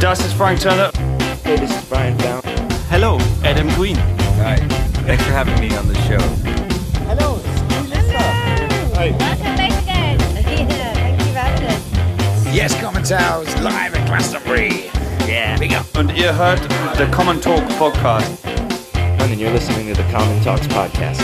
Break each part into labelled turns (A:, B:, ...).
A: Das ist Frank Turner.
B: Hey, this is Brian Down.
C: Hello, Adam Green.
D: Hi. Thanks for having me on the show.
B: Hello,
E: Hi. Welcome back again. Yeah, thank you, Walter.
D: Yes, Commons House, live at Glastonbury. Yeah, big up.
A: Und ihr hört The Common Talk Podcast.
B: and you're listening to the Common Talks podcast.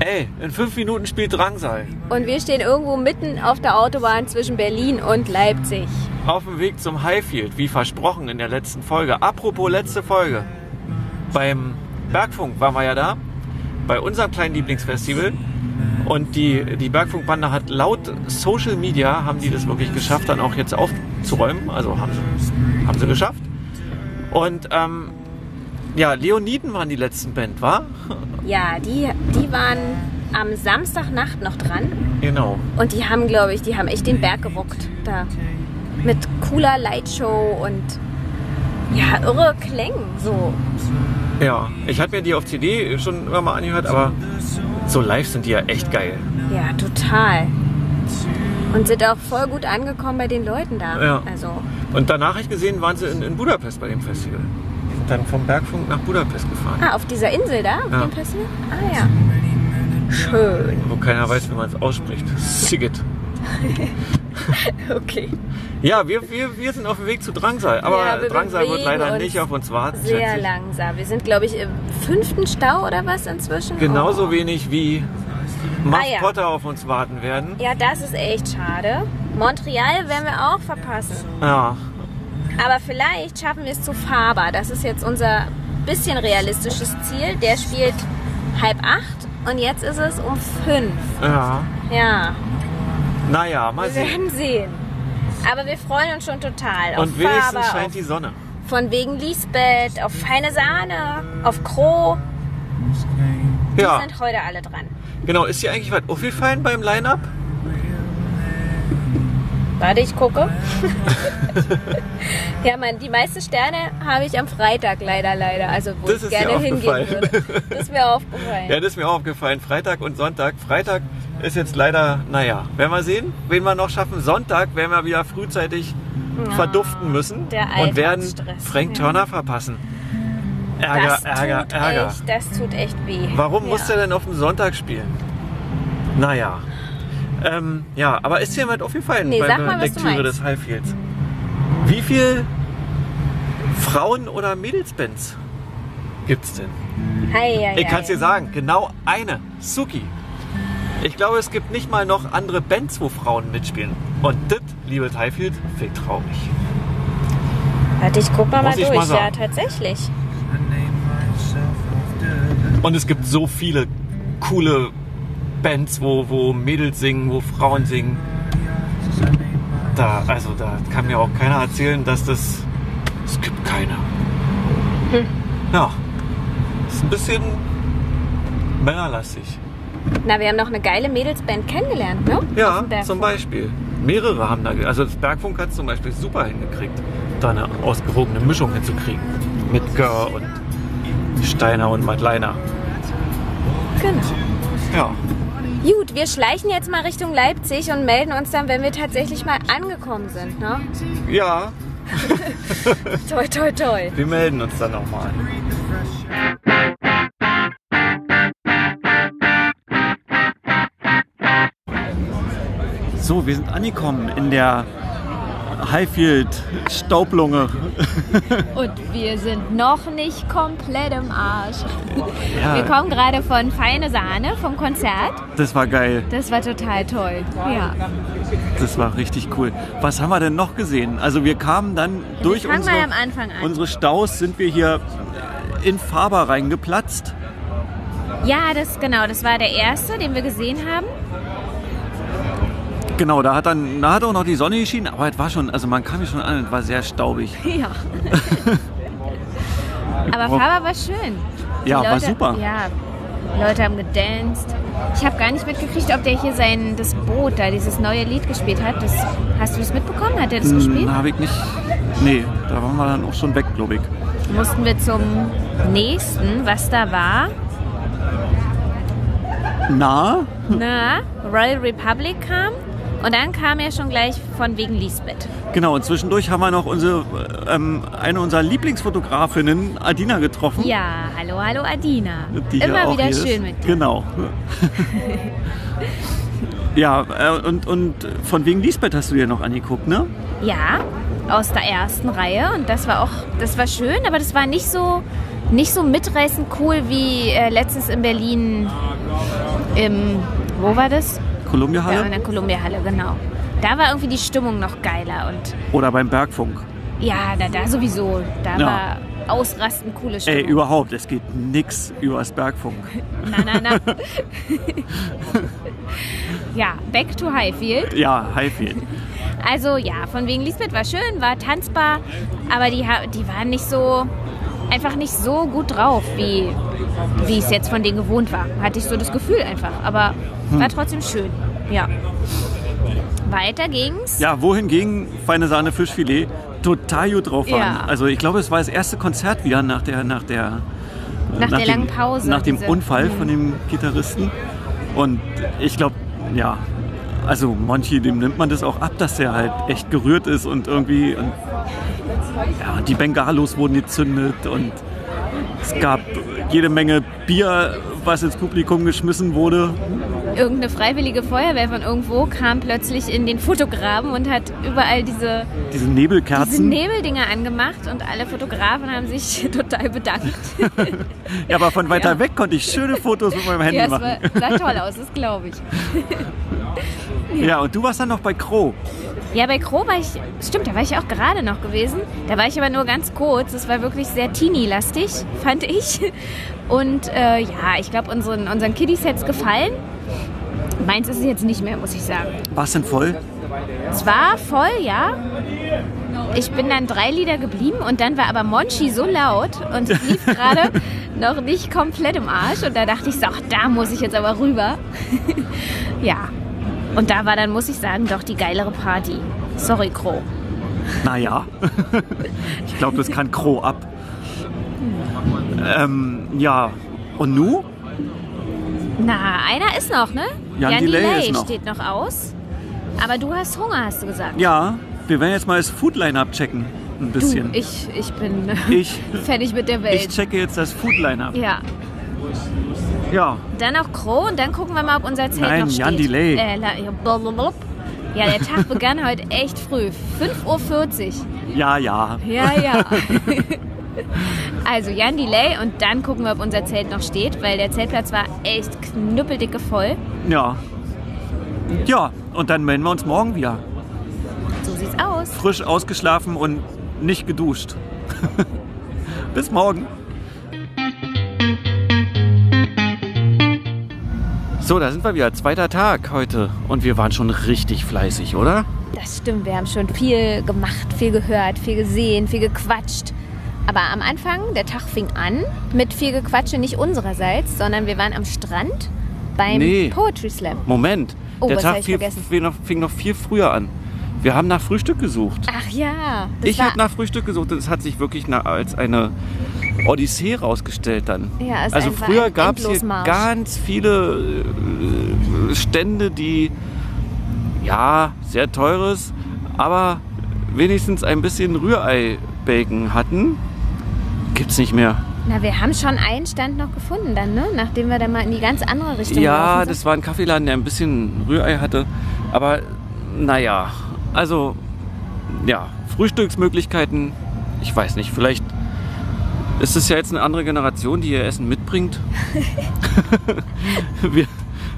C: Ey, in fünf Minuten spielt Drangsal.
F: Und wir stehen irgendwo mitten auf der Autobahn zwischen Berlin und Leipzig.
C: Auf dem Weg zum Highfield, wie versprochen in der letzten Folge. Apropos letzte Folge. Beim Bergfunk waren wir ja da, bei unserem kleinen Lieblingsfestival. Und die, die Bergfunkbande hat laut Social Media, haben die das wirklich geschafft, dann auch jetzt aufzuräumen. Also haben sie, haben sie geschafft. Und ähm, ja, Leoniden waren die letzten Band, war?
F: Ja, die, die waren am Samstagnacht noch dran
C: Genau.
F: und die haben, glaube ich, die haben echt den Berg gewuckt da. Mit cooler Lightshow und ja, irre Klängen so.
C: Ja, ich hatte mir die auf CD schon immer mal angehört, aber so live sind die ja echt geil.
F: Ja, total. Und sind auch voll gut angekommen bei den Leuten da.
C: Ja.
F: Also,
C: Und danach habe ich gesehen, waren sie in, in Budapest bei dem Festival. Die sind dann vom Bergfunk nach Budapest gefahren,
F: ah, auf dieser Insel da, auf
C: Ja.
F: dem Festival? Ah ja. Schön.
C: wo keiner weiß, wie man es ausspricht. Sigit.
F: Okay.
C: Ja, wir, wir, wir sind auf dem Weg zu Drangsal, aber
F: Ja, wir
C: Drangsal wird
F: bewegen
C: leider
F: uns
C: nicht auf uns warten.
F: Sehr
C: schätze ich.
F: langsam. Wir sind, glaube ich, im fünften Stau oder was inzwischen.
C: Genauso wenig wie Muff
F: Ah, ja.
C: Potter auf uns warten werden.
F: Ja, das ist echt schade. Montreal werden wir auch verpassen.
C: Ja,
F: Aber vielleicht schaffen wir es zu Faber. Das ist jetzt unser bisschen realistisches Ziel. Der spielt halb acht und jetzt ist es um fünf.
C: ja.
F: Ja,
C: Naja, mal
F: wir
C: sehen.
F: werden sehen. Aber wir freuen uns schon total auf
C: Und wenigstens
F: Faber,
C: scheint die Sonne.
F: auf, von wegen Lisbeth, auf feine Sahne, auf Kro.
C: Ja.
F: Die sind heute alle dran.
C: Genau, ist hier eigentlich was aufgefallen beim Line-Up?
F: Warte, ich gucke. ja, Mann, die meisten Sterne habe ich am Freitag leider, leider. Also, wo
C: Das
F: ich
C: ist
F: gerne
C: dir
F: hingehen
C: aufgefallen.
F: würde. Das ist mir aufgefallen.
C: Ja, das ist mir auch aufgefallen. Freitag und Sonntag. Freitag ist jetzt leider, naja, werden wir sehen, wen wir noch schaffen. Sonntag werden wir wieder frühzeitig verduften müssen
F: der
C: und werden
F: Alltagsstress.
C: Frank
F: Ja.
C: Turner verpassen. Ärger,
F: das
C: Ärger,
F: tut
C: Ärger.
F: Echt, das tut echt weh.
C: Warum
F: ja.
C: muss der denn auf dem Sonntag spielen? Naja. Ähm, ja, aber ist dir jemand aufgefallen
F: Nee,
C: bei
F: sag
C: der
F: mal, was du
C: Lektüre
F: meinst.
C: des Highfields? Wie viel Frauen- oder Mädelsbands gibt's denn?
F: Hei, hei,
C: Ich kann es
F: hei.
C: dir sagen, genau eine, Suki. Ich glaube, es gibt nicht mal noch andere Bands, wo Frauen mitspielen. Und das, liebe Tyfield, viel traurig.
F: Warte, ich guck mal,
C: Muss
F: mal
C: ich
F: durch.
C: mal
F: ja,
C: sagen.
F: tatsächlich.
C: Und es gibt so viele coole Bands, wo, wo Mädels singen, wo Frauen singen. Da, also da kann mir auch keiner erzählen, dass das. Es gibt keine. Ja. Ist ein bisschen männerlastig.
F: Na, wir haben noch eine geile Mädelsband kennengelernt, ne? Auf
C: Ja,
F: dem Bergfunk.
C: zum Beispiel. Mehrere haben da, ge- also das Bergfunk hat es zum Beispiel super hingekriegt, da eine ausgewogene Mischung hinzukriegen. Mit Gör und Steiner und Madleiner.
F: Genau.
C: Ja,
F: Gut, wir schleichen jetzt mal Richtung Leipzig und melden uns dann, wenn wir tatsächlich mal angekommen sind, ne?
C: ja,
F: Toi, toi, toi.
C: wir melden uns dann nochmal.
G: So, wir sind angekommen in der Highfield Staublunge.
F: Und wir sind noch nicht komplett im Arsch.
G: Ah.
F: Wir kommen gerade von Feine Sahne vom Konzert.
G: Das war geil,
F: Das war total toll. Ja.
G: das war richtig cool. Was haben wir denn noch gesehen? Also wir kamen dann durch
F: fangen mal
G: unsere,
F: am Anfang an.
G: unsere Staus sind wir hier in Faber reingeplatzt.
F: Ja, das genau, das war der erste, den wir gesehen haben.
G: Genau, da hat dann da hat auch noch die Sonne geschienen, aber es war schon, also man kam hier schon an, es war sehr staubig.
F: Ja. Aber
G: brauch-
F: Faber war schön. Die
G: Oh. Ja, war super.
F: Ja. Leute haben gedanced. Ich habe gar nicht mitgekriegt, ob der hier sein das Boot da dieses neue Lied gespielt hat. Das, hast du das mitbekommen? Hat er
G: Mm,
F: das gespielt?
G: Habe ich nicht. Nee, da waren wir dann auch schon weg, glaube ich.
F: mussten wir zum nächsten, was da war.
G: Na?
F: Na, ne? Royal Republic kam und dann kam er schon gleich von wegen Lisbeth.
G: Genau, und zwischendurch haben wir noch unsere, ähm, eine unserer Lieblingsfotografinnen, Adina, getroffen.
F: Ja, hallo, hallo Adina.
G: die ja
F: Immer
G: auch
F: wieder
G: hier ist.
F: schön mit dir.
G: Genau. ja, äh, und, und von wegen Lisbeth hast du dir noch angeguckt, ne?
F: Ja, aus der ersten Reihe und das war auch, das war schön, aber das war nicht so, nicht so mitreißend cool wie äh, letztens in Berlin im, wo war das? Ja,
G: Columbia-Halle
F: in der Columbia-Halle, genau. Da war irgendwie die Stimmung noch geiler und
G: oder beim Bergfunk?
F: ja, da, da sowieso, da
G: Ja.
F: war ausrasten coole Stimmung.
G: Ey, überhaupt, es geht nix übers Bergfunk.
F: na, na, na. ja, back to Highfield.
G: Ja, Highfield.
F: Also ja, von wegen Lisbeth war schön, war tanzbar, aber die, ha- die waren nicht so, einfach nicht so gut drauf, wie, wie ich es jetzt von denen gewohnt war. Hatte ich so das Gefühl einfach, aber
G: Hm.
F: war trotzdem schön, ja. Weiter ging's.
G: Ja, wohingegen feine Sahne Fischfilet total gut drauf waren.
F: Ja.
G: Also ich glaube, es war das erste Konzert wieder nach der nach der
F: Nach der
G: dem,
F: langen Pause,
G: nach dem
F: diese- Hm.
G: Unfall von dem Gitarristen. Und ich glaube, ja, also Monchi, dem nimmt man das auch ab, dass er halt echt gerührt ist und irgendwie und, ja, und die Bengalos wurden gezündet und es gab jede Menge Bier, was ins Publikum geschmissen wurde.
F: Irgendeine freiwillige Feuerwehr von irgendwo kam plötzlich in den Fotograben und hat überall diese,
G: Diese
F: diese
G: Nebelkerzen.
F: Nebeldinger angemacht und alle Fotografen haben sich total bedankt.
G: ja, aber von weiter weg konnte ich schöne Fotos mit meinem Handy
F: ja, es
G: machen.
F: war, sah toll aus, das glaube ich.
G: Ja, und du warst dann noch bei Crow.
F: Ja, bei Kro war ich, stimmt, da war ich auch gerade noch gewesen. Da war ich aber nur ganz kurz. Es war wirklich sehr teeny-lastig, fand ich. Und äh, ja, ich glaube, unseren, unseren Kiddies hätte es gefallen. Meins ist es jetzt nicht mehr, muss ich sagen.
G: War es denn voll?
F: Es war voll, ja. Ich bin dann drei Lieder geblieben und dann war aber Monchi so laut und es lief gerade noch nicht komplett im Arsch. Und da dachte ich so, ach, da muss ich jetzt aber rüber. ja. Und da war dann, muss ich sagen, doch die geilere Party. Sorry, Kro.
G: Naja. ich glaube, das kann Crow ab. Ähm, ja. Und nu?
F: Na, einer ist noch, ne?
G: Jan
F: Jan
G: Delay ist noch.
F: steht noch aus. Aber du hast Hunger, hast du gesagt.
G: Ja, wir werden jetzt mal das Food-Line-Up checken. Ein
F: du,
G: bisschen.
F: ich, ich bin äh,
G: ich,
F: fertig mit der
G: ich
F: Welt.
G: checke jetzt das Food-Line-Up.
F: ja,
G: Ja.
F: dann noch Kro und dann gucken wir mal, ob unser Zelt
G: Nein,
F: noch steht.
G: Jan Delay.
F: Äh, la- ja, blablabla. ja, der Tag begann heute echt früh. 5.40 Uhr.
G: Ja, ja.
F: Ja, ja. Also Jan Delay und dann gucken wir, ob unser Zelt noch steht, weil der Zeltplatz war echt knüppeldicke voll.
G: Ja. Ja, und dann melden wir uns morgen wieder.
F: So sieht's aus.
G: Frisch ausgeschlafen und nicht geduscht. Bis morgen.
C: So, da sind wir wieder. Zweiter Tag heute. Und wir waren schon richtig fleißig, oder?
F: Das stimmt, wir haben schon viel gemacht, viel gehört, viel gesehen, viel gequatscht. Aber am Anfang, der Tag fing an mit viel Gequatsche, nicht unsererseits, sondern wir waren am Strand beim
C: Nee.
F: Poetry Slam.
C: Moment.
F: Oh,
C: der
F: was hab
C: Tag
F: ich
C: viel,
F: vergessen?
C: fing, noch, fing noch viel früher an. Wir haben nach Frühstück gesucht.
F: Ach ja, das
C: ich
F: war,
C: habe nach Frühstück gesucht und es hat sich wirklich na- als eine Odyssee rausgestellt dann.
F: Ja, es
C: also
F: ein- war
C: früher
F: ein
C: gab es hier
F: Endlosmarsch.
C: ganz viele äh, Stände, die ja sehr teures, aber wenigstens ein bisschen Rührei-Bacon hatten. Gibt's nicht mehr.
F: Na, wir haben schon einen Stand noch gefunden dann, ne? Nachdem wir dann mal in die ganz andere Richtung
C: ja,
F: gelaufen sind.
C: das war ein Kaffeeladen, der ein bisschen Rührei hatte. Aber naja, also ja, Frühstücksmöglichkeiten, ich weiß nicht, vielleicht ist es ja jetzt eine andere Generation, die ihr Essen mitbringt. wir,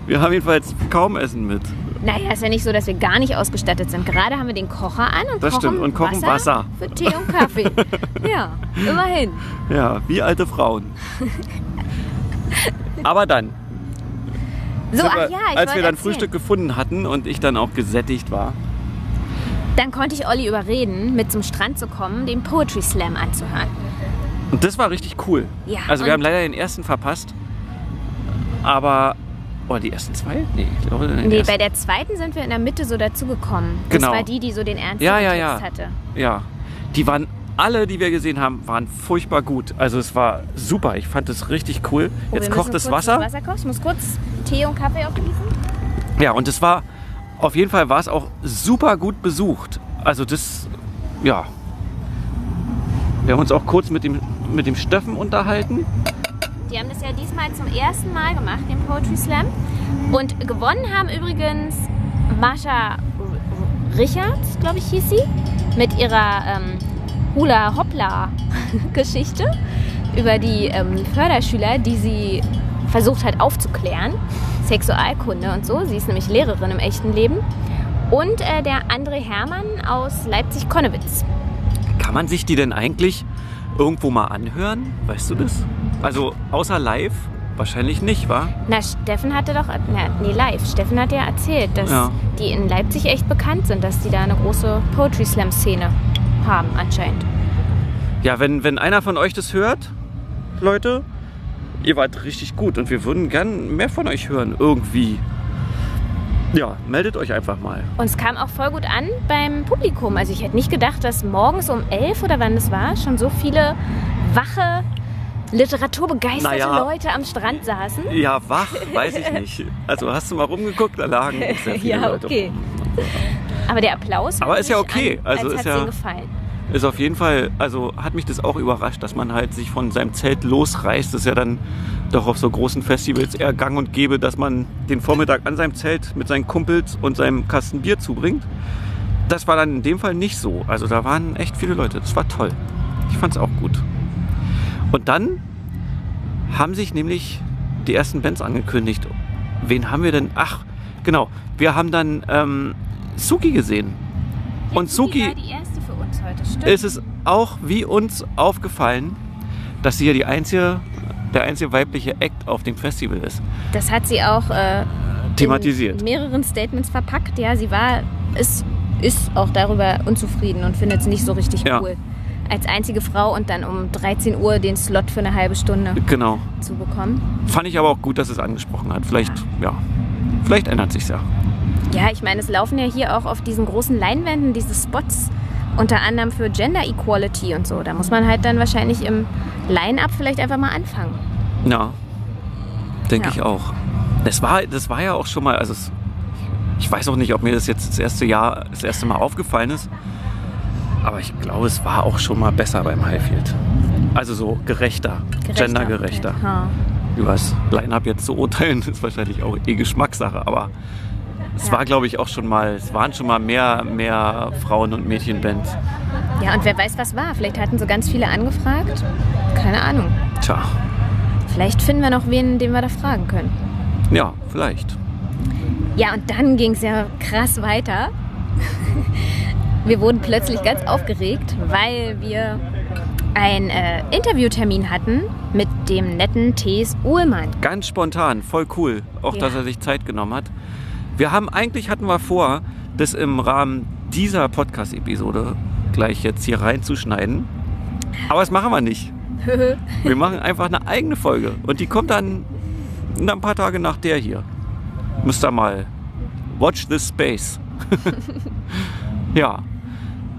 C: wir haben jedenfalls kaum Essen mit.
F: Naja, ist ja nicht so, dass wir gar nicht ausgestattet sind. Gerade haben wir den Kocher an und,
C: Das
F: kochen,
C: stimmt, und kochen Wasser.
F: für Tee und Kaffee. ja, immerhin.
C: Ja, wie alte Frauen. Aber dann,
F: So,
C: sind
F: ach
C: wir, als wir
F: ja, ich wollte
C: dann
F: erzählen.
C: Frühstück gefunden hatten und ich dann auch gesättigt war,
F: Dann konnte ich Olli überreden, mit zum Strand zu kommen, den Poetry Slam anzuhören.
C: Und das war richtig cool.
F: Ja,
C: also wir
F: und-
C: haben leider den ersten verpasst. Aber. Oder die ersten zwei? Nee, ich glaube den
F: Nee,
C: ersten.
F: bei der zweiten sind wir in der Mitte so dazugekommen.
C: Genau.
F: Das war die, die so den ernsten Oh,
C: Ja, ja,
F: Text
C: ja.
F: hatte.
C: ja. Die waren alle, die wir gesehen haben, waren furchtbar gut. Also es war super. Ich fand es richtig cool.
F: Oh,
C: Jetzt
F: wir
C: kocht das
F: müssen kurz
C: Wasser.
F: Wasser kochen. Ich muss kurz Tee und Kaffee aufgießen.
C: Ja, und es war auf jeden Fall war es auch super gut besucht. Also das, ja. Wir haben uns auch kurz mit dem, mit dem Steffen unterhalten.
F: Die haben das ja diesmal zum ersten Mal gemacht, den Poetry Slam. Und gewonnen haben übrigens Mascha R- R- Richards, glaube ich, hieß sie, mit ihrer ähm, Hula-Hoppla-Geschichte über die ähm, Förderschüler, die sie versucht hat aufzuklären. Sexualkunde und so. Sie ist nämlich Lehrerin im echten Leben. Und äh, der André Hermann aus Leipzig-Konnewitz.
C: Kann man sich die denn eigentlich irgendwo mal anhören? Weißt du das? Also außer live? Wahrscheinlich nicht, wa?
F: Na, Steffen hatte doch, na, nee, live. Steffen hat ja erzählt, dass
C: Ja.
F: die in Leipzig echt bekannt sind, dass die da eine große Poetry Slam Szene haben anscheinend.
C: Ja, wenn, wenn einer von euch das hört, Leute, ihr wart richtig gut und wir würden gern mehr von euch hören, irgendwie. Ja, meldet euch einfach mal.
F: Und es kam auch voll gut an beim Publikum. Also ich hätte nicht gedacht, dass morgens um elf oder wann es war, schon so viele wache, literaturbegeisterte
C: Naja.
F: Leute am Strand saßen.
C: Ja, wach, weiß ich nicht. Also hast du mal rumgeguckt, da lagen sehr viele
F: Ja,
C: Leute.
F: okay. Aber der Applaus
C: Aber
F: hört
C: ist ja
F: sich
C: okay.
F: An,
C: Also
F: als
C: ist
F: hat's
C: ja-
F: ihnen gefallen.
C: Ist auf jeden Fall, also hat mich das auch überrascht, dass man halt sich von seinem Zelt losreißt. Das ist ja dann doch auf so großen Festivals eher gang und gäbe, dass man den Vormittag an seinem Zelt mit seinen Kumpels und seinem Kasten Bier zubringt. Das war dann in dem Fall nicht so. Also da waren echt viele Leute. Das war toll. Ich fand's auch gut. Und dann haben sich nämlich die ersten Bands angekündigt. Wen haben wir denn? Ach, genau. Wir haben dann ähm, Suki gesehen. Und Suki
F: war die erste für uns heute, stimmt.
C: ist es auch wie uns aufgefallen, dass sie ja die einzige, der einzige weibliche Act auf dem Festival ist.
F: Das hat sie auch äh,
C: Thematisiert.
F: in mehreren Statements verpackt. Ja, sie war, ist, ist auch darüber unzufrieden und findet es nicht so richtig
C: Ja.
F: cool. Als einzige Frau und dann um 13 Uhr den Slot für eine halbe Stunde
C: Genau.
F: zu bekommen.
C: Fand ich aber auch gut, dass es angesprochen hat. Vielleicht, ja, vielleicht ändert sich ja.
F: Ja, ich meine, es laufen ja hier auch auf diesen großen Leinwänden diese Spots, unter anderem für Gender Equality und so. Da muss man halt dann wahrscheinlich im Line-Up vielleicht einfach mal anfangen.
C: Ja, denke
F: Ja.
C: ich auch. Das war, das war ja auch schon mal, also es, ich weiß auch nicht, ob mir das jetzt das erste Jahr, das erste Mal aufgefallen ist, aber ich glaube, es war auch schon mal besser beim Highfield. Also so gerechter,
F: Gerechter.
C: gendergerechter.
F: Ja.
C: über das Line-Up jetzt zu urteilen, ist wahrscheinlich auch eh Geschmackssache, aber es war, glaube ich, auch schon mal, es waren schon mal mehr, mehr Frauen- und Mädchenbands.
F: ja, und wer weiß, was war. Vielleicht hatten so ganz viele angefragt. Keine Ahnung.
C: Tja,
F: Vielleicht finden wir noch wen, den wir da fragen können.
C: ja, vielleicht.
F: Ja, und dann ging es ja krass weiter. Wir wurden plötzlich ganz aufgeregt, weil wir einen äh, Interviewtermin hatten mit dem netten Thes Uhlmann.
C: Ganz spontan, voll cool, auch
F: Ja.
C: dass er sich Zeit genommen hat. Wir haben, eigentlich hatten wir vor, das im Rahmen dieser Podcast-Episode gleich jetzt hier reinzuschneiden, aber das machen wir nicht. Wir machen einfach eine eigene Folge und die kommt dann na, ein paar Tage nach der hier. Müsst ihr mal watch this space. ja,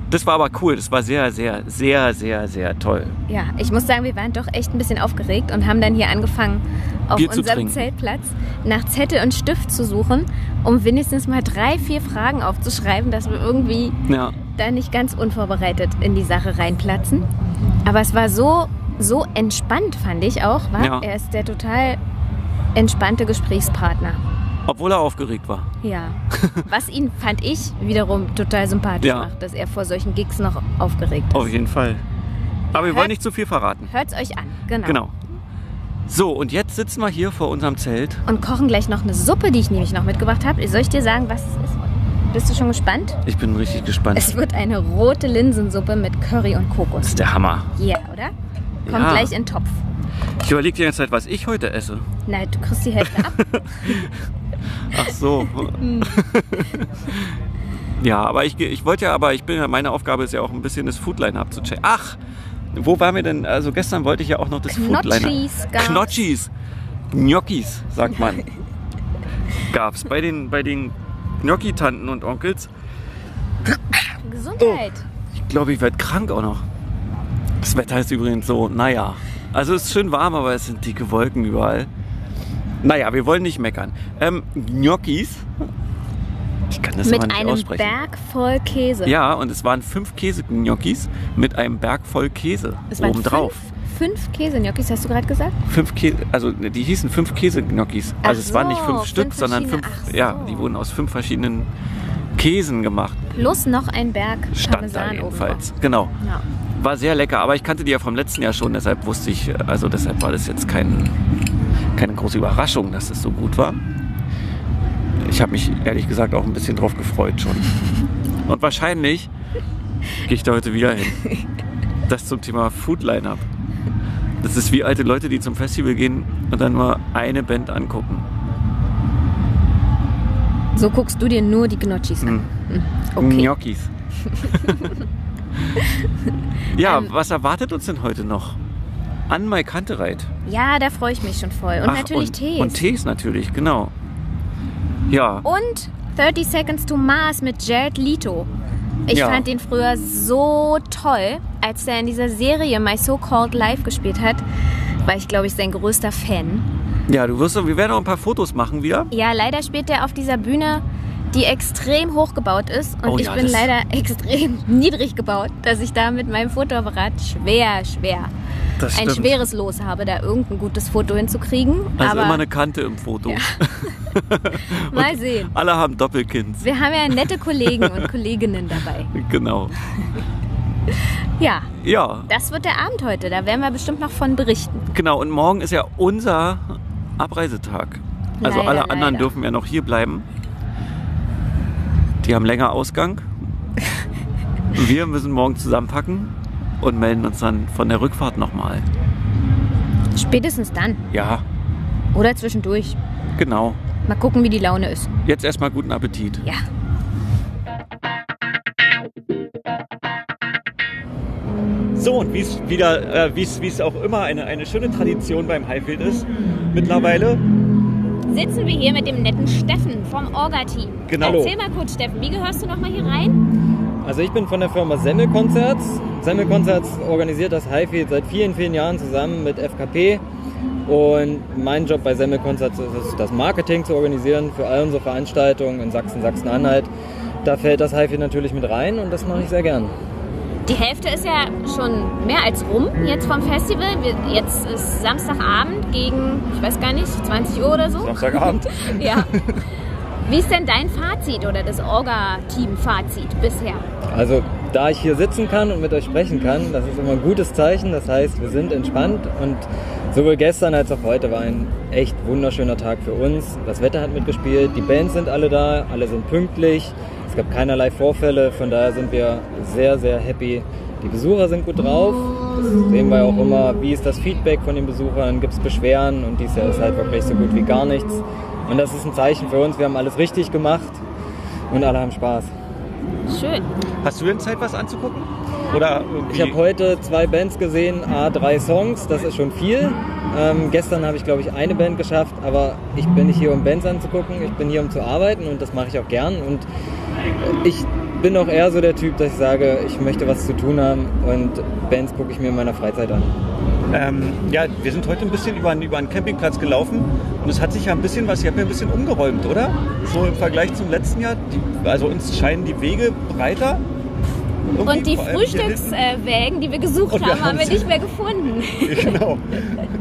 C: das war aber cool. Das war sehr, sehr, sehr, sehr, sehr toll.
F: Ja, ich muss sagen, wir waren doch echt ein bisschen aufgeregt und haben dann hier angefangen, auf
C: Bier zu
F: unserem
C: trinken.
F: Zeltplatz nach Zettel und Stift zu suchen, um wenigstens mal drei, vier Fragen aufzuschreiben, dass wir irgendwie
C: Ja,
F: da nicht ganz unvorbereitet in die Sache reinplatzen. Aber es war so, so entspannt, fand ich auch. War?
C: Ja.
F: Er ist der total entspannte Gesprächspartner.
C: obwohl er aufgeregt war.
F: Ja. Was ihn, fand ich, wiederum total sympathisch
C: Ja.
F: macht, dass er vor solchen Gigs noch aufgeregt
C: Auf jeden Fall. Aber wir
F: Hört-
C: wollen nicht zu viel verraten.
F: ist. Hört's euch an, genau.
C: Genau. So, und jetzt sitzen wir hier vor unserem Zelt.
F: Und kochen gleich noch eine Suppe, die ich nämlich noch mitgebracht habe. Soll ich dir sagen, was es ist? Bist du schon gespannt?
C: Ich bin richtig gespannt.
F: Es wird eine rote Linsensuppe mit Curry und
C: das
F: Kokos.
C: ist der Hammer.
F: Ja, oder? Kommt
C: Ja.
F: gleich in den Topf.
C: Ich überlege die ganze Zeit, was ich heute esse.
F: Nein, du kriegst die Hälfte ab.
C: Ach so. ja, aber ich, geh- ich wollte ja, aber ich bin ja, meine Aufgabe ist ja auch ein bisschen das Foodline abzuchecken. Ach, wo waren wir denn? Also gestern wollte ich ja auch noch das Foodline.
F: Knotschis gab's.
C: Knotschis. Gnocchis, sagt man. Gab's bei den, bei den Gnocchi-Tanten und Onkels.
F: Gesundheit.
C: Oh, Ich glaube, ich werde krank auch noch. Das Wetter ist übrigens so, naja. Also es ist schön warm, aber es sind dicke Wolken überall. Naja, wir wollen nicht meckern. Ähm, Gnocchis. Ich kann das aber
F: Mit
C: nicht
F: einem
C: aussprechen.
F: Berg voll Käse.
C: Ja, und es waren fünf Käse-Gnocchis mit einem Berg voll Käse
F: es waren
C: obendrauf.
F: Fünf, fünf Käse-Gnocchis, hast du gerade gesagt?
C: Fünf Käse, also die hießen fünf Käse-Gnocchis.
F: Ach
C: Also es waren nicht
F: so,
C: fünf
F: fünf
C: Stück, sondern fünf,
F: verschiedene- ach so.
C: ja, die wurden aus fünf verschiedenen Käsen gemacht.
F: Plus noch ein Berg
C: Stand da
F: Parmesan
C: jedenfalls. Genau.
F: oben drauf. Ja.
C: War sehr lecker, aber ich kannte die ja vom letzten Jahr schon, deshalb wusste ich, also deshalb war das jetzt kein, keine große Überraschung, dass es so gut war. Ich habe mich ehrlich gesagt auch ein bisschen drauf gefreut schon. Und wahrscheinlich gehe ich da heute wieder hin. Das zum Thema Food Lineup. Das ist wie alte Leute, die zum Festival gehen und dann nur eine Band angucken.
F: So guckst du dir nur die Gnocchis an.
C: Hm.
F: Hm. Okay.
C: Gnocchis. ja, was erwartet uns denn heute noch? An Maikantereit.
F: Ja, da freue ich mich schon voll. Und
C: Ach,
F: natürlich
C: und,
F: Tees.
C: Und Tees natürlich, genau. Ja,
F: Und 30 Seconds to Mars mit Jared Leto. Ich
C: Ja.
F: fand den früher so toll, als er in dieser Serie My So-Called Life gespielt hat. War ich, glaube ich, sein größter Fan.
C: ja, du wirst, wir werden auch ein paar Fotos machen wieder.
F: Ja, leider spielt er auf dieser Bühne, die extrem hoch gebaut ist. Und
C: Oh
F: ich
C: ja,
F: bin
C: das-
F: leider extrem niedrig gebaut, dass ich da mit meinem Fotoapparat schwer, schwer
C: Das
F: ein schweres Los habe, da irgendein gutes Foto hinzukriegen.
C: Also
F: Aber
C: immer eine Kante im Foto.
F: mal sehen.
C: Alle haben Doppelkind.
F: Wir haben ja nette Kollegen und Kolleginnen dabei.
C: Genau.
F: Ja,
C: Ja,
F: das wird der Abend heute. Da werden wir bestimmt noch von berichten.
C: genau. Und morgen ist ja unser Abreisetag. Also
F: Leider,
C: alle anderen
F: leider.
C: dürfen ja noch hier bleiben. Die haben länger Ausgang. wir müssen morgen zusammenpacken und melden uns dann von der Rückfahrt nochmal.
F: Spätestens dann.
C: Ja,
F: Oder zwischendurch.
C: genau.
F: Mal gucken, wie die Laune ist.
C: Jetzt erstmal guten Appetit.
F: Ja.
G: So, und wie es wieder, äh, wie es wie es auch immer eine, eine schöne Tradition beim Highfield ist, mittlerweile
F: Sitzen wir hier mit dem netten Steffen vom Orga-Team.
G: Genau.
F: Erzähl mal kurz, Steffen, wie gehörst du nochmal hier rein?
H: Also ich bin von der Firma Semmelkonzerts. Semmelkonzerts organisiert das Highfield seit vielen, vielen Jahren zusammen mit FKP. Und mein Job bei Semmelkonzerts ist es, das Marketing zu organisieren für all unsere Veranstaltungen in Sachsen, Sachsen-Anhalt. Da fällt das Highfield natürlich mit rein und das mache ich sehr gern.
F: Die Hälfte ist ja schon mehr als rum jetzt vom Festival. Wir, jetzt ist Samstagabend gegen, ich weiß gar nicht, 20 Uhr oder so.
G: Samstagabend.
F: Ja. Wie ist denn dein Fazit oder das Orga-Team-Fazit bisher?
H: Also da ich hier sitzen kann und mit euch sprechen kann, das ist immer ein gutes Zeichen. Das heißt, wir sind entspannt und sowohl gestern als auch heute war ein echt wunderschöner Tag für uns. Das Wetter hat mitgespielt, die Bands sind alle da, alle sind pünktlich, es gab keinerlei Vorfälle, von daher sind wir sehr, sehr happy. Die Besucher sind gut drauf, das sehen wir auch immer, wie ist das Feedback von den Besuchern, gibt es Beschwerden und dies Jahr ist halt wirklich so gut wie gar nichts. Und das ist ein Zeichen für uns, wir haben alles richtig gemacht und alle haben Spaß.
F: Schön.
I: Hast du denn Zeit, was anzugucken? Oder
H: Ich habe heute zwei Bands gesehen, A, drei Songs, das ist schon viel. Ähm, gestern habe ich, glaube ich, eine Band geschafft, aber ich bin nicht hier, um Bands anzugucken, ich bin hier, um zu arbeiten und das mache ich auch gern. Und äh, ich bin auch eher so der Typ, dass ich sage, ich möchte was zu tun haben und Bands gucke ich mir in meiner Freizeit an.
G: Ähm, ja, wir sind heute ein bisschen über, einen- über einen Campingplatz gelaufen und es hat sich ja ein bisschen was, ihr habt ja ein bisschen umgeräumt, oder? So im Vergleich zum letzten Jahr. Die, also uns scheinen die Wege breiter. Irgendwie,
F: Und die
G: vor allem hier hinten.
F: Frühstückswägen, die wir gesucht
G: Und wir
F: haben, haben wir
G: haben's.
F: nicht mehr gefunden.
G: Genau.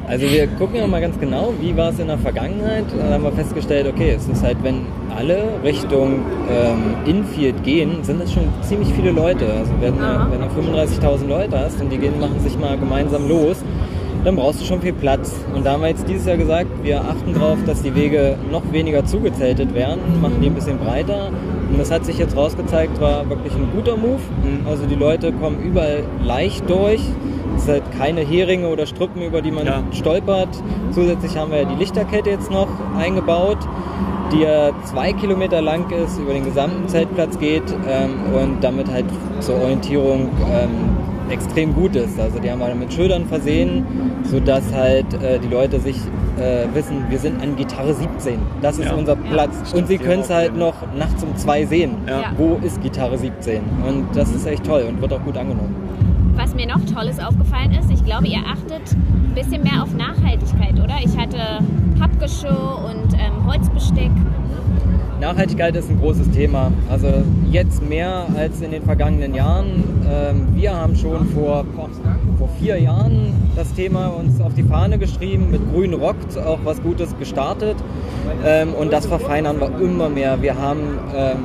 H: Also wir gucken ja mal ganz genau, wie war es in der Vergangenheit. Dann haben wir festgestellt, okay, es ist halt, wenn alle Richtung ähm, Infield gehen, sind das schon ziemlich viele Leute. Also wenn, du- wenn du 35.000 Leute hast und die gehen, machen sich mal gemeinsam los, dann brauchst du schon viel Platz. Und da haben wir jetzt dieses Jahr gesagt, wir achten darauf, dass die Wege noch weniger zugezeltet werden, machen die ein bisschen breiter. Und das hat sich jetzt rausgezeigt, war wirklich ein guter Move. Also die Leute kommen überall leicht durch. Es sind halt keine Heringe oder Strippen, über die man
G: Ja.
H: stolpert. Zusätzlich haben wir ja die Lichterkette jetzt noch eingebaut, die ja zwei Kilometer lang ist, über den gesamten Zeltplatz geht ähm, und damit halt zur Orientierung ähm, extrem gut ist. Also die haben wir mit Schildern versehen, sodass halt äh, die Leute sich äh, wissen, wir sind an Gitarre 17. Das ist
G: Ja.
H: unser Platz. und sie können es halt noch nachts um zwei sehen.
F: Ja.
G: Mhm.
H: Wo ist Gitarre 17? Und das ist echt toll und wird auch gut angenommen.
F: Was mir noch Tolles aufgefallen ist, ich glaube, ihr achtet ein bisschen mehr auf Nachhaltigkeit, oder? Ich hatte Pappgeschirr und ähm, Holzbesteck.
H: Nachhaltigkeit ist ein großes Thema. Also jetzt mehr als in den vergangenen Jahren. Ähm, wir haben schon vor, boah, vor vier Jahren das Thema uns auf die Fahne geschrieben, mit Grün rockt auch was Gutes gestartet. Ähm, und das verfeinern wir immer mehr. Wir haben, ähm,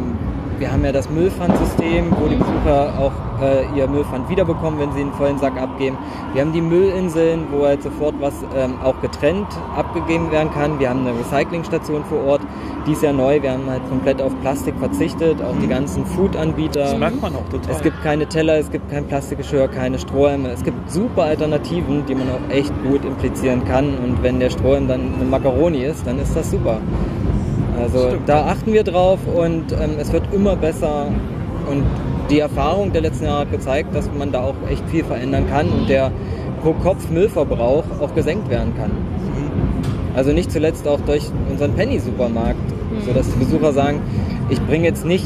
H: wir haben ja das Müllpfandsystem, wo die Besucher auch äh, ihr Müllpfand wiederbekommen, wenn sie einen vollen Sack abgeben. Wir haben die Müllinseln, wo halt sofort was ähm, auch getrennt abgegeben werden kann. Wir haben eine Recyclingstation vor Ort. Die ist ja neu. Wir haben halt komplett auf Plastik verzichtet, auch die ganzen Food-Anbieter.
G: Mhm. Merkt man auch total.
H: Es gibt keine Teller, es gibt kein Plastikgeschirr, keine Strohhalme. Es gibt super Alternativen, die man auch echt gut implizieren kann. Und wenn der Strohhalm dann eine Macaroni ist, dann ist das super. Also da achten wir drauf und ähm, es wird immer besser. Und die Erfahrung der letzten Jahre hat gezeigt, dass man da auch echt viel verändern kann und der pro Kopf Müllverbrauch auch gesenkt werden kann. Also nicht zuletzt auch durch unseren Penny-Supermarkt, sodass die Besucher sagen, ich bringe jetzt nicht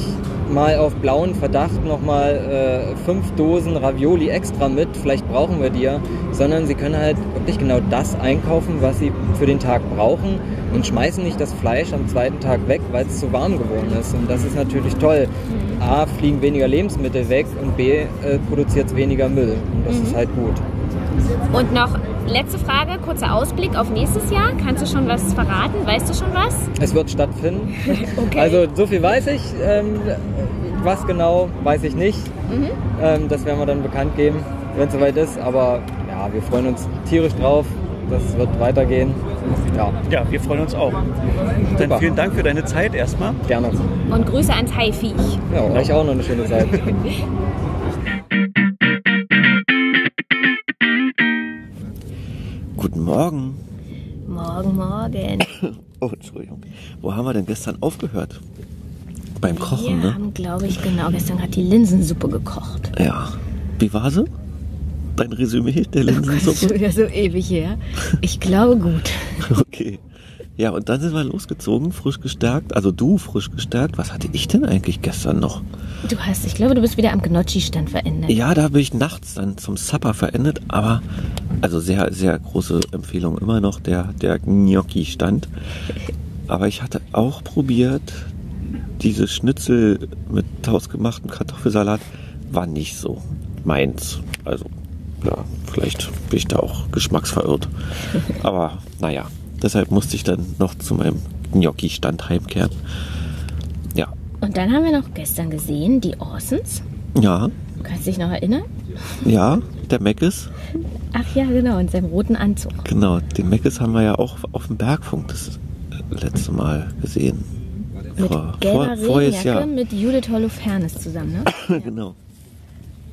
H: mal auf blauen Verdacht nochmal äh, fünf Dosen Ravioli extra mit, vielleicht brauchen wir die ja, sondern sie können halt wirklich genau das einkaufen, was sie für den Tag brauchen und schmeißen nicht das Fleisch am zweiten Tag weg, weil es zu warm geworden ist. Und das ist natürlich toll. A, fliegen weniger Lebensmittel weg und B, äh, produziert es weniger Müll. Und das ist halt gut.
F: Und noch letzte Frage, kurzer Ausblick auf nächstes Jahr. Kannst du schon was verraten? Weißt du schon was?
H: Es wird stattfinden. Also so viel weiß ich. Ähm, was genau, weiß ich nicht. Ähm, das werden wir dann bekannt geben, wenn es soweit ist. Aber ja, wir freuen uns tierisch drauf. Das wird weitergehen. Ja,
G: Ja, wir freuen uns auch. Dann
H: Super.
G: vielen Dank für deine Zeit erstmal.
H: gerne.
F: Und Grüße ans Haifisch.
H: Ja, euch auch noch eine schöne Zeit.
J: Guten Morgen.
K: Morgen, morgen.
J: Oh, Entschuldigung. Wo haben wir denn gestern aufgehört? Beim
K: Wir
J: Kochen, ne?
K: haben, glaube ich, genau gestern gerade die Linsensuppe gekocht.
J: Ja. Wie war sie? Dein Resümee
K: Oh
J: der
K: Das ist
J: Linsensuppe?
K: schon wieder so ewig her. Ich glaube gut.
J: Okay. Ja, und dann sind wir losgezogen, frisch gestärkt. Also du frisch gestärkt. Was hatte ich denn eigentlich gestern noch?
K: Du hast, ich glaube, du bist wieder am Gnocchi-Stand verändert.
J: Ja, da bin ich nachts dann zum Supper verendet, aber also sehr, sehr große Empfehlung immer noch der, der Gnocchi-Stand. Aber ich hatte auch probiert, diese Schnitzel mit hausgemachtem Kartoffelsalat war nicht so meins. Also, ja, vielleicht bin ich da auch geschmacksverirrt. Aber naja, deshalb musste ich dann noch zu meinem Gnocchi-Stand heimkehren. Ja,
K: Und dann haben wir noch gestern gesehen, die Orsons.
J: ja,
K: Du kannst dich noch erinnern?
J: ja, der Mac ist.
K: Ach ja, genau, in seinem roten Anzug.
J: Genau, den Meckes haben wir ja auch auf dem Bergfunk das äh, letzte Mal gesehen.
K: Mit
J: Vor-
K: gelber
J: vor- voriges
K: Regenjacke
J: Jahr.
K: mit Judith Holofernes zusammen, ne?
J: genau.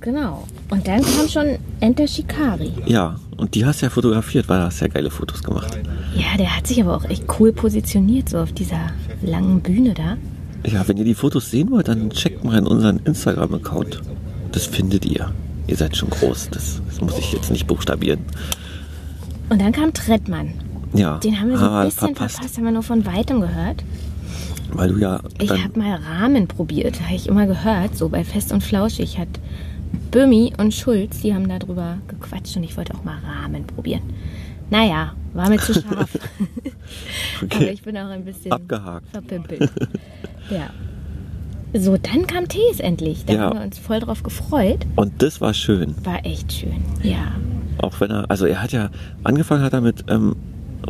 K: Genau. Und dann kam schon Enter Shikari.
J: Ja, und die hast du ja fotografiert, weil da hast du ja geile Fotos gemacht.
K: Ja, der hat sich aber auch echt cool positioniert, so auf dieser langen Bühne da.
J: Ja, wenn ihr die Fotos sehen wollt, dann checkt mal in unseren Instagram-Account. Das findet ihr. Ihr seid schon groß, das, das muss ich jetzt nicht buchstabieren.
K: Und dann kam Trettmann.
J: Ja,
K: Den haben wir so
J: ah,
K: ein bisschen verpasst. haben wir nur von Weitem gehört.
J: Weil du ja
K: Ich
J: dann,
K: habe mal Rahmen probiert, habe ich immer gehört, so bei Fest und Flauschig hat Böhmi und Schulz, die haben darüber gequatscht und ich wollte auch mal Rahmen probieren. Naja, war mir zu scharf. Aber
J: okay,
K: ich bin auch ein bisschen
J: abgehakt.
K: verpimpelt. ja. So, dann kam Tees endlich. Da
J: Ja.
K: haben wir uns voll drauf gefreut.
J: Und das war schön.
K: War echt schön. Ja.
J: Auch wenn er, also er hat ja, angefangen hat er mit ähm,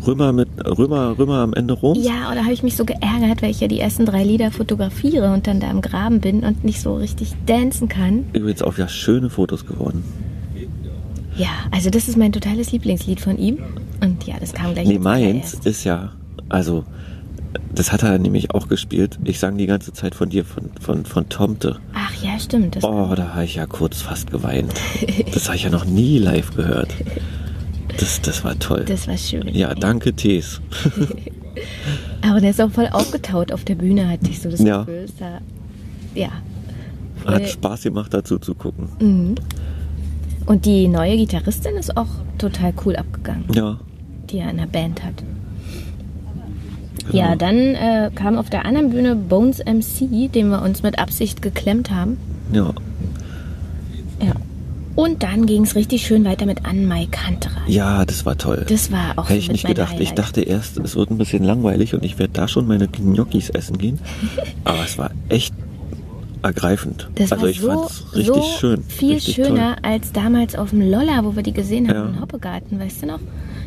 J: Römer, mit Römer, Römer am Ende Roms.
K: Ja, oder habe ich mich so geärgert, weil ich ja die ersten drei Lieder fotografiere und dann da im Graben bin und nicht so richtig dancen kann.
J: Übrigens auch ja schöne Fotos geworden.
K: Ja, also das ist mein totales Lieblingslied von ihm. Und ja, das kam gleich.
J: Nee,
K: als allererst.
J: meins ist ja, also, das hat er nämlich auch gespielt. Ich sang die ganze Zeit von dir, von, von, von Tomte.
K: Ach ja, stimmt. Das
J: Oh, da habe ich ja kurz fast geweint. Das habe ich ja noch nie live gehört. Das, das war toll.
K: Das war schön.
J: ja, danke, Tees.
K: Aber der ist auch voll aufgetaut auf der Bühne, hatte ich so das
J: Ja.
K: Gefühl. Ist da, ja.
J: Hat
K: Äh.
J: Spaß gemacht, dazu zu gucken.
K: Mhm. Und die neue Gitarristin ist auch total cool abgegangen,
J: Ja,
K: die er in der Band hat.
J: Genau.
K: Ja, dann äh, kam auf der anderen Bühne Bones MC, den wir uns mit Absicht geklemmt haben.
J: ja.
K: Und dann ging es richtig schön weiter mit Ann Mai Kantra.
J: Ja, das war toll.
K: Das war auch
J: Hätte ich
K: mit
J: nicht
K: mein
J: gedacht. Ich
K: Highlight.
J: dachte erst, es wird ein bisschen langweilig und ich werde da schon meine Gnocchis essen gehen. Aber es war echt ergreifend.
K: Das
J: also
K: war
J: ich
K: so,
J: fand's richtig
K: so
J: schön.
K: viel
J: richtig
K: schöner als damals auf dem Lolla, wo wir die gesehen haben,
J: Ja.
K: im Hoppegarten, weißt du noch?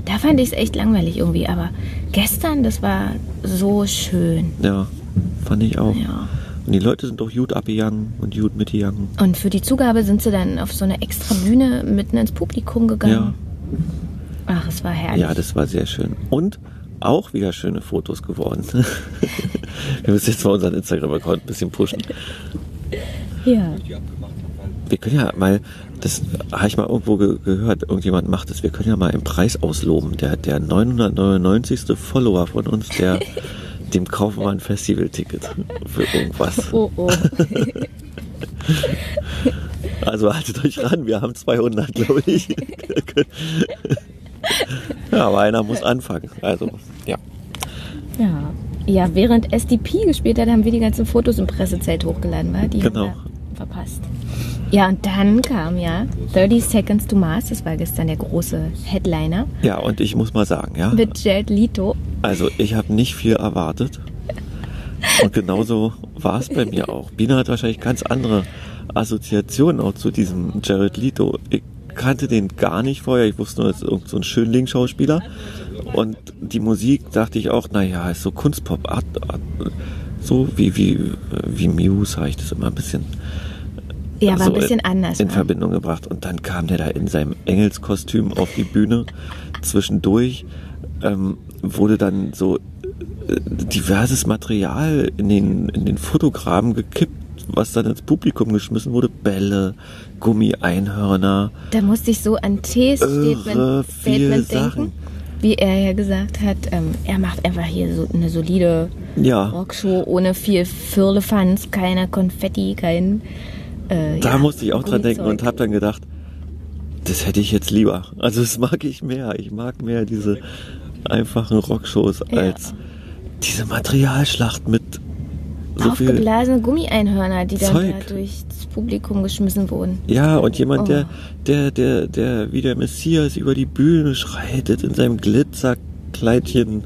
K: Da fand ich es echt langweilig irgendwie, aber gestern, das war so schön.
J: Toll. Ja, fand ich auch.
K: Ja.
J: Und die Leute sind doch gut abgegangen und gut mitgegangen.
K: Und für die Zugabe sind sie dann auf so eine extra Bühne mitten ins Publikum gegangen. Ach, es war herrlich.
J: Ja, das war sehr schön. Und auch wieder schöne Fotos geworden. Wir müssen jetzt mal unseren Instagram-Account ein bisschen pushen.
K: ja.
J: Wir können ja mal, das habe ich mal irgendwo ge gehört, irgendjemand macht das, wir können ja mal im Preis ausloben. Der, der 999. Follower von uns, der dem kaufen wir ein Festival-Ticket für irgendwas.
K: Oh, oh.
J: Also haltet euch ran, wir haben 200, glaube ich. ja, aber einer muss anfangen. Also, ja.
K: Ja. Ja, während SDP gespielt hat, haben wir die ganzen Fotos im Pressezelt hochgeladen, war? Die
J: Genau.
K: haben wir verpasst. Ja, und dann kam ja 30 Seconds to Mars, das war gestern der große Headliner,
J: Ja, und ich muss mal sagen, ja.
K: mit Jared Leto.
J: Also ich habe nicht viel erwartet. Und genauso war es bei mir auch. Bina hat wahrscheinlich ganz andere Assoziationen auch zu diesem Jared Leto. Ich kannte den gar nicht vorher. Ich wusste nur, das ist irgend so ein Schönling-Schauspieler. Und die Musik dachte ich auch, naja, ist so Kunstpop. Art, Art, so wie, wie, wie Muse habe ich das immer ein bisschen
K: Ja,
J: so
K: war ein bisschen
J: Also in,
K: anders. ne?
J: In
K: wa?
J: Verbindung gebracht. Und dann kam der da in seinem Engelskostüm auf die Bühne. Zwischendurch ähm, wurde dann so äh, diverses Material in den, in den Fotogramm gekippt, was dann ins Publikum geschmissen wurde. Bälle, Gummieinhörner.
K: Da musste ich so an T's
J: Irre
K: Statement,
J: viele
K: Statement denken,
J: Sachen.
K: wie er ja gesagt hat, ähm, er macht einfach hier so eine solide
J: Ja,
K: Rockshow ohne viel Firlefanz, keine Konfetti, kein... Äh,
J: da
K: ja,
J: musste ich auch dran denken
K: Gummizeug.
J: und habe dann gedacht, das hätte ich jetzt lieber. Also das mag ich mehr. Ich mag mehr diese einfachen Rockshows als diese Materialschlacht mit so viel
K: aufgeblasene Gummieinhörner, die dann
J: Zeug.
K: da durchs Publikum geschmissen wurden.
J: Ja, und jemand, der,
K: Oh.
J: der, der, der wie der Messias über die Bühne schreitet in seinem Glitzerkleidchen.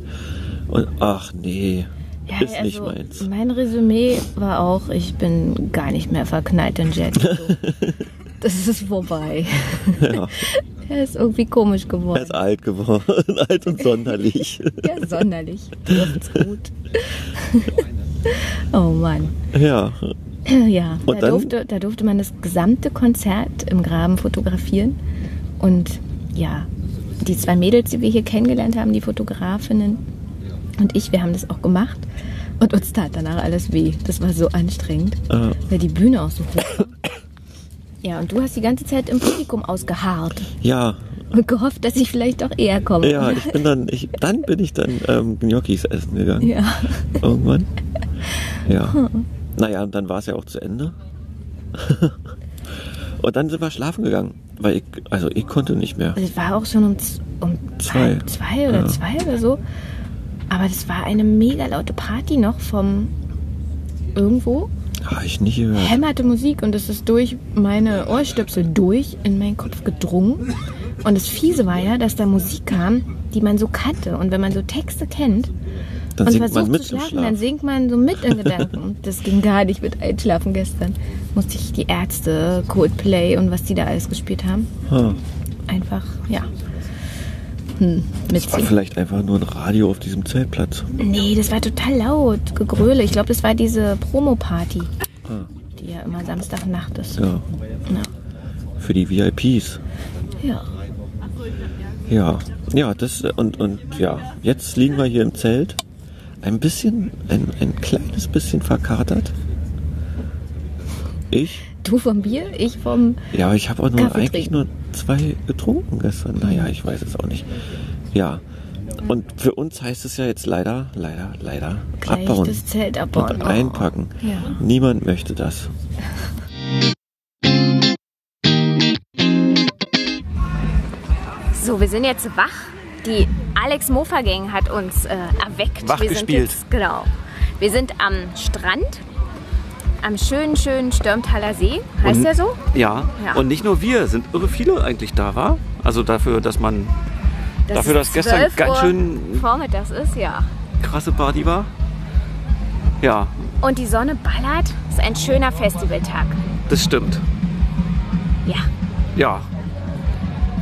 J: Und ach nee,
K: Ja, also
J: ist nicht meins.
K: Mein Resümee war auch, ich bin gar nicht mehr verknallt in Jet. Li. das ist vorbei.
J: Ja,
K: Er ist irgendwie komisch
J: er
K: geworden.
J: ist alt geworden, alt und sonderlich.
K: Ja, sonderlich. Das ist gut. oh Mann.
J: ja,
K: Ja,
J: Und
K: da,
J: dann-
K: durfte, da durfte man das gesamte Konzert im Graben fotografieren. Und ja, die zwei Mädels, die wir hier kennengelernt haben, die Fotografinnen und ich, wir haben das auch gemacht. Und uns tat danach alles weh. Das war so anstrengend,
J: Ah.
K: weil die Bühne auch so hoch war. Ja, und du hast die ganze Zeit im Publikum ausgeharrt
J: ja,
K: und gehofft, dass ich vielleicht doch eher komme.
J: ja, ich bin dann, ich, dann bin ich dann ähm, Gnocchis essen gegangen.
K: Ja.
J: Irgendwann. Ja. Naja, und dann war es ja auch zu Ende. und dann sind wir schlafen gegangen. Weil ich, also ich konnte nicht mehr.
K: Also es war auch schon um, z- um
J: Zwei.
K: zwei, zwei oder
J: Ja.
K: zwei oder so. Aber das war eine mega laute Party noch vom irgendwo.
J: Habe ich nicht gehört.
K: Hämmerte Musik und es ist durch meine Ohrstöpsel durch in meinen Kopf gedrungen. Und das Fiese war ja, dass da Musik kam, die man so kannte. Und wenn man so Texte kennt
J: Dann
K: und
J: singt man
K: versucht
J: mit
K: zu
J: im
K: schlafen,
J: Schlaf.
K: dann singt man so mit in Gedanken. Und das ging gar nicht mit Einschlafen gestern. Musste ich die Ärzte, Coldplay und was die da alles gespielt haben
J: Hm.
K: einfach, ja. Hm,
J: Das war
K: mitziehen.
J: vielleicht einfach nur ein Radio auf diesem Zeltplatz.
K: Nee, das war total laut, Gegröle. Ich glaube, das war diese Promo-Party, die ja immer Samstagnacht ist.
J: Hm. Ja. Für die VIPs.
K: Ja.
J: Ja. Ja, das und, und ja. Jetzt liegen wir hier im Zelt. Ein bisschen, ein, ein kleines bisschen verkatert. Ich?
K: Du vom Bier, ich vom.
J: Ja, aber ich habe auch nur
K: Kaffee
J: eigentlich
K: trinken.
J: nur zwei getrunken gestern. Naja, ich weiß es auch nicht. Ja. Und für uns heißt es ja jetzt leider, leider, leider
K: Gleich
J: abbauen.
K: das Zelt abbauen.
J: Und
K: Oh.
J: einpacken.
K: Ja.
J: Niemand möchte das.
F: So, wir sind jetzt wach. Die Alex Mofa Gang hat uns äh, erweckt.
I: Wach
F: wir
I: gespielt.
F: Sind jetzt, genau. Wir sind am Strand Am schönen, schönen Stürmtaler See, heißt
C: Und-
F: der so?
C: Ja.
F: Ja.
C: und nicht nur wir, sind irre viele eigentlich da, war. Also dafür, dass man Dafür, dass
F: es
C: gestern
F: 12
C: ganz
F: Uhr
C: schön-
F: Vormittags ist, ja.
C: krasse Party war. Ja,
F: Und die Sonne ballert. Ist ein schöner Festivaltag.
C: das stimmt.
F: Ja.
C: Ja,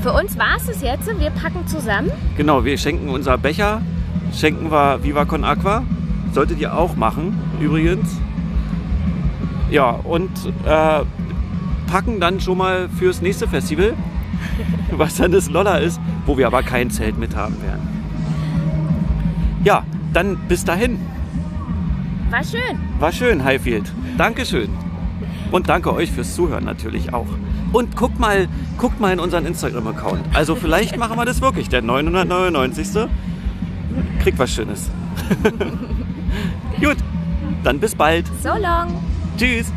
F: Für uns war es es jetzt. Wir packen zusammen.
C: genau. Wir schenken unser Becher, schenken wir Viva Con Aqua. Solltet ihr auch machen, übrigens. Ja, und äh, packen dann schon mal fürs nächste Festival, was dann das Lolla ist, wo wir aber kein Zelt mit haben werden. Ja, dann bis dahin.
F: War schön.
C: War schön, Highfield. Dankeschön. Und danke euch fürs Zuhören natürlich auch. Und guckt mal, guckt mal in unseren Instagram-Account. Also vielleicht machen wir das wirklich. Der 999. Kriegt was Schönes. Gut, dann bis bald.
F: So long.
C: Tschüss.